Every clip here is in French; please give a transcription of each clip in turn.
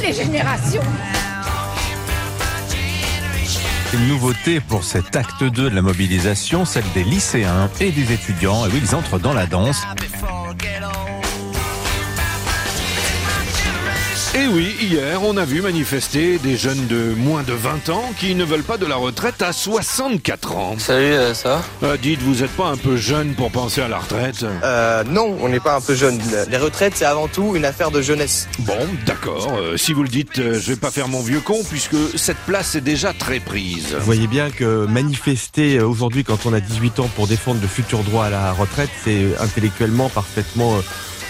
les générations. Une nouveauté pour cet acte 2 de la mobilisation, celle des lycéens et des étudiants. Et oui, ils entrent dans la danse. Et Eh oui, hier, on a vu manifester des jeunes de moins de 20 ans qui ne veulent pas de la retraite à 64 ans. Salut, euh, ça va Euh, dites, vous n'êtes pas un peu jeune pour penser à la retraite Euh, non, on n'est pas un peu jeune. Les retraites, c'est avant tout une affaire de jeunesse. Bon, d'accord. euh, si vous le dites, euh, je vais pas faire mon vieux con puisque cette place est déjà très prise. Vous voyez bien que manifester euh, aujourd'hui quand on a 18 ans pour défendre le futur droit à la retraite, c'est intellectuellement parfaitement euh,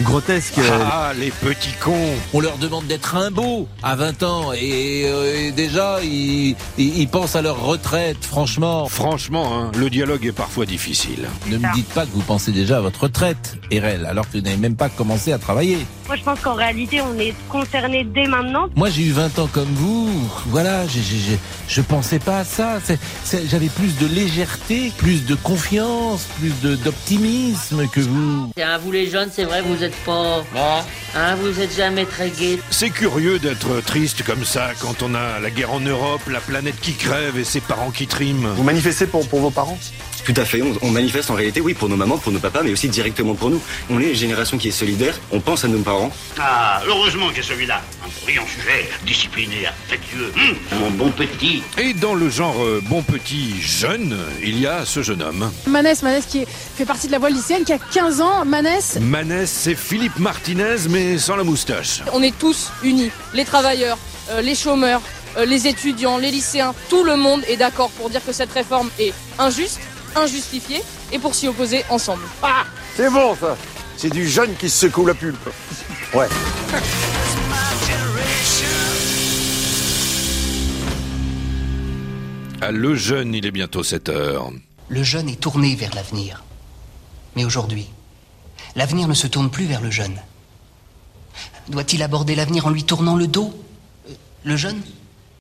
grotesque. Euh, Ah, les petits cons On leur demande d'être un beau à 20 ans et, euh, et déjà ils, ils- ils pensent à leur retraite, franchement. Franchement, hein, le dialogue est parfois difficile. Ne me dites pas que vous pensez déjà à votre retraite, Erel, alors que vous n'avez même pas commencé à travailler. Moi, je pense qu'en réalité, on est concerné dès maintenant. Moi j'ai eu 20 ans comme vous, voilà, j'ai- j'ai- j'ai- je pensais pas à ça. C'est- c'est- J'avais plus de légèreté, plus de confiance, plus de- d'optimisme que vous. Tiens, vous les jeunes, c'est vrai, vous êtes pas. Hein, vous êtes jamais très gays. C'est curieux d'être triste comme ça quand on a la guerre en Europe, la planète qui crève et ses parents qui triment. manifestez pour, pour vos parents Tout à fait, on, on manifeste en réalité, oui, pour nos mamans, pour nos papas, mais aussi directement pour nous. On est une génération qui est solidaire, on pense à nos parents. Ah, heureusement qu'il y a celui-là. Un brillant sujet, discipliné, affectueux. Hum, mon bon petit. Et dans le genre euh, bon petit jeune, il y a ce jeune homme. Manès, Manès qui est- fait partie de la voie lycéenne, qui a 15 ans. Manès, Manès, c'est Philippe Martinez, mais sans la moustache. On est tous unis. Les travailleurs, euh, les chômeurs, euh, les étudiants, les lycéens, tout le monde est d'accord pour dire que cette réforme est injuste, injustifiée et pour s'y opposer ensemble. C'est bon, ça. C'est du jeune qui se secoue la pulpe. Ah, le jeune, il est bientôt 7 heures. Le jeune est tourné vers l'avenir. Mais aujourd'hui, l'avenir ne se tourne plus vers le jeune. Doit-il aborder l'avenir en lui tournant le dos Euh, Le jeune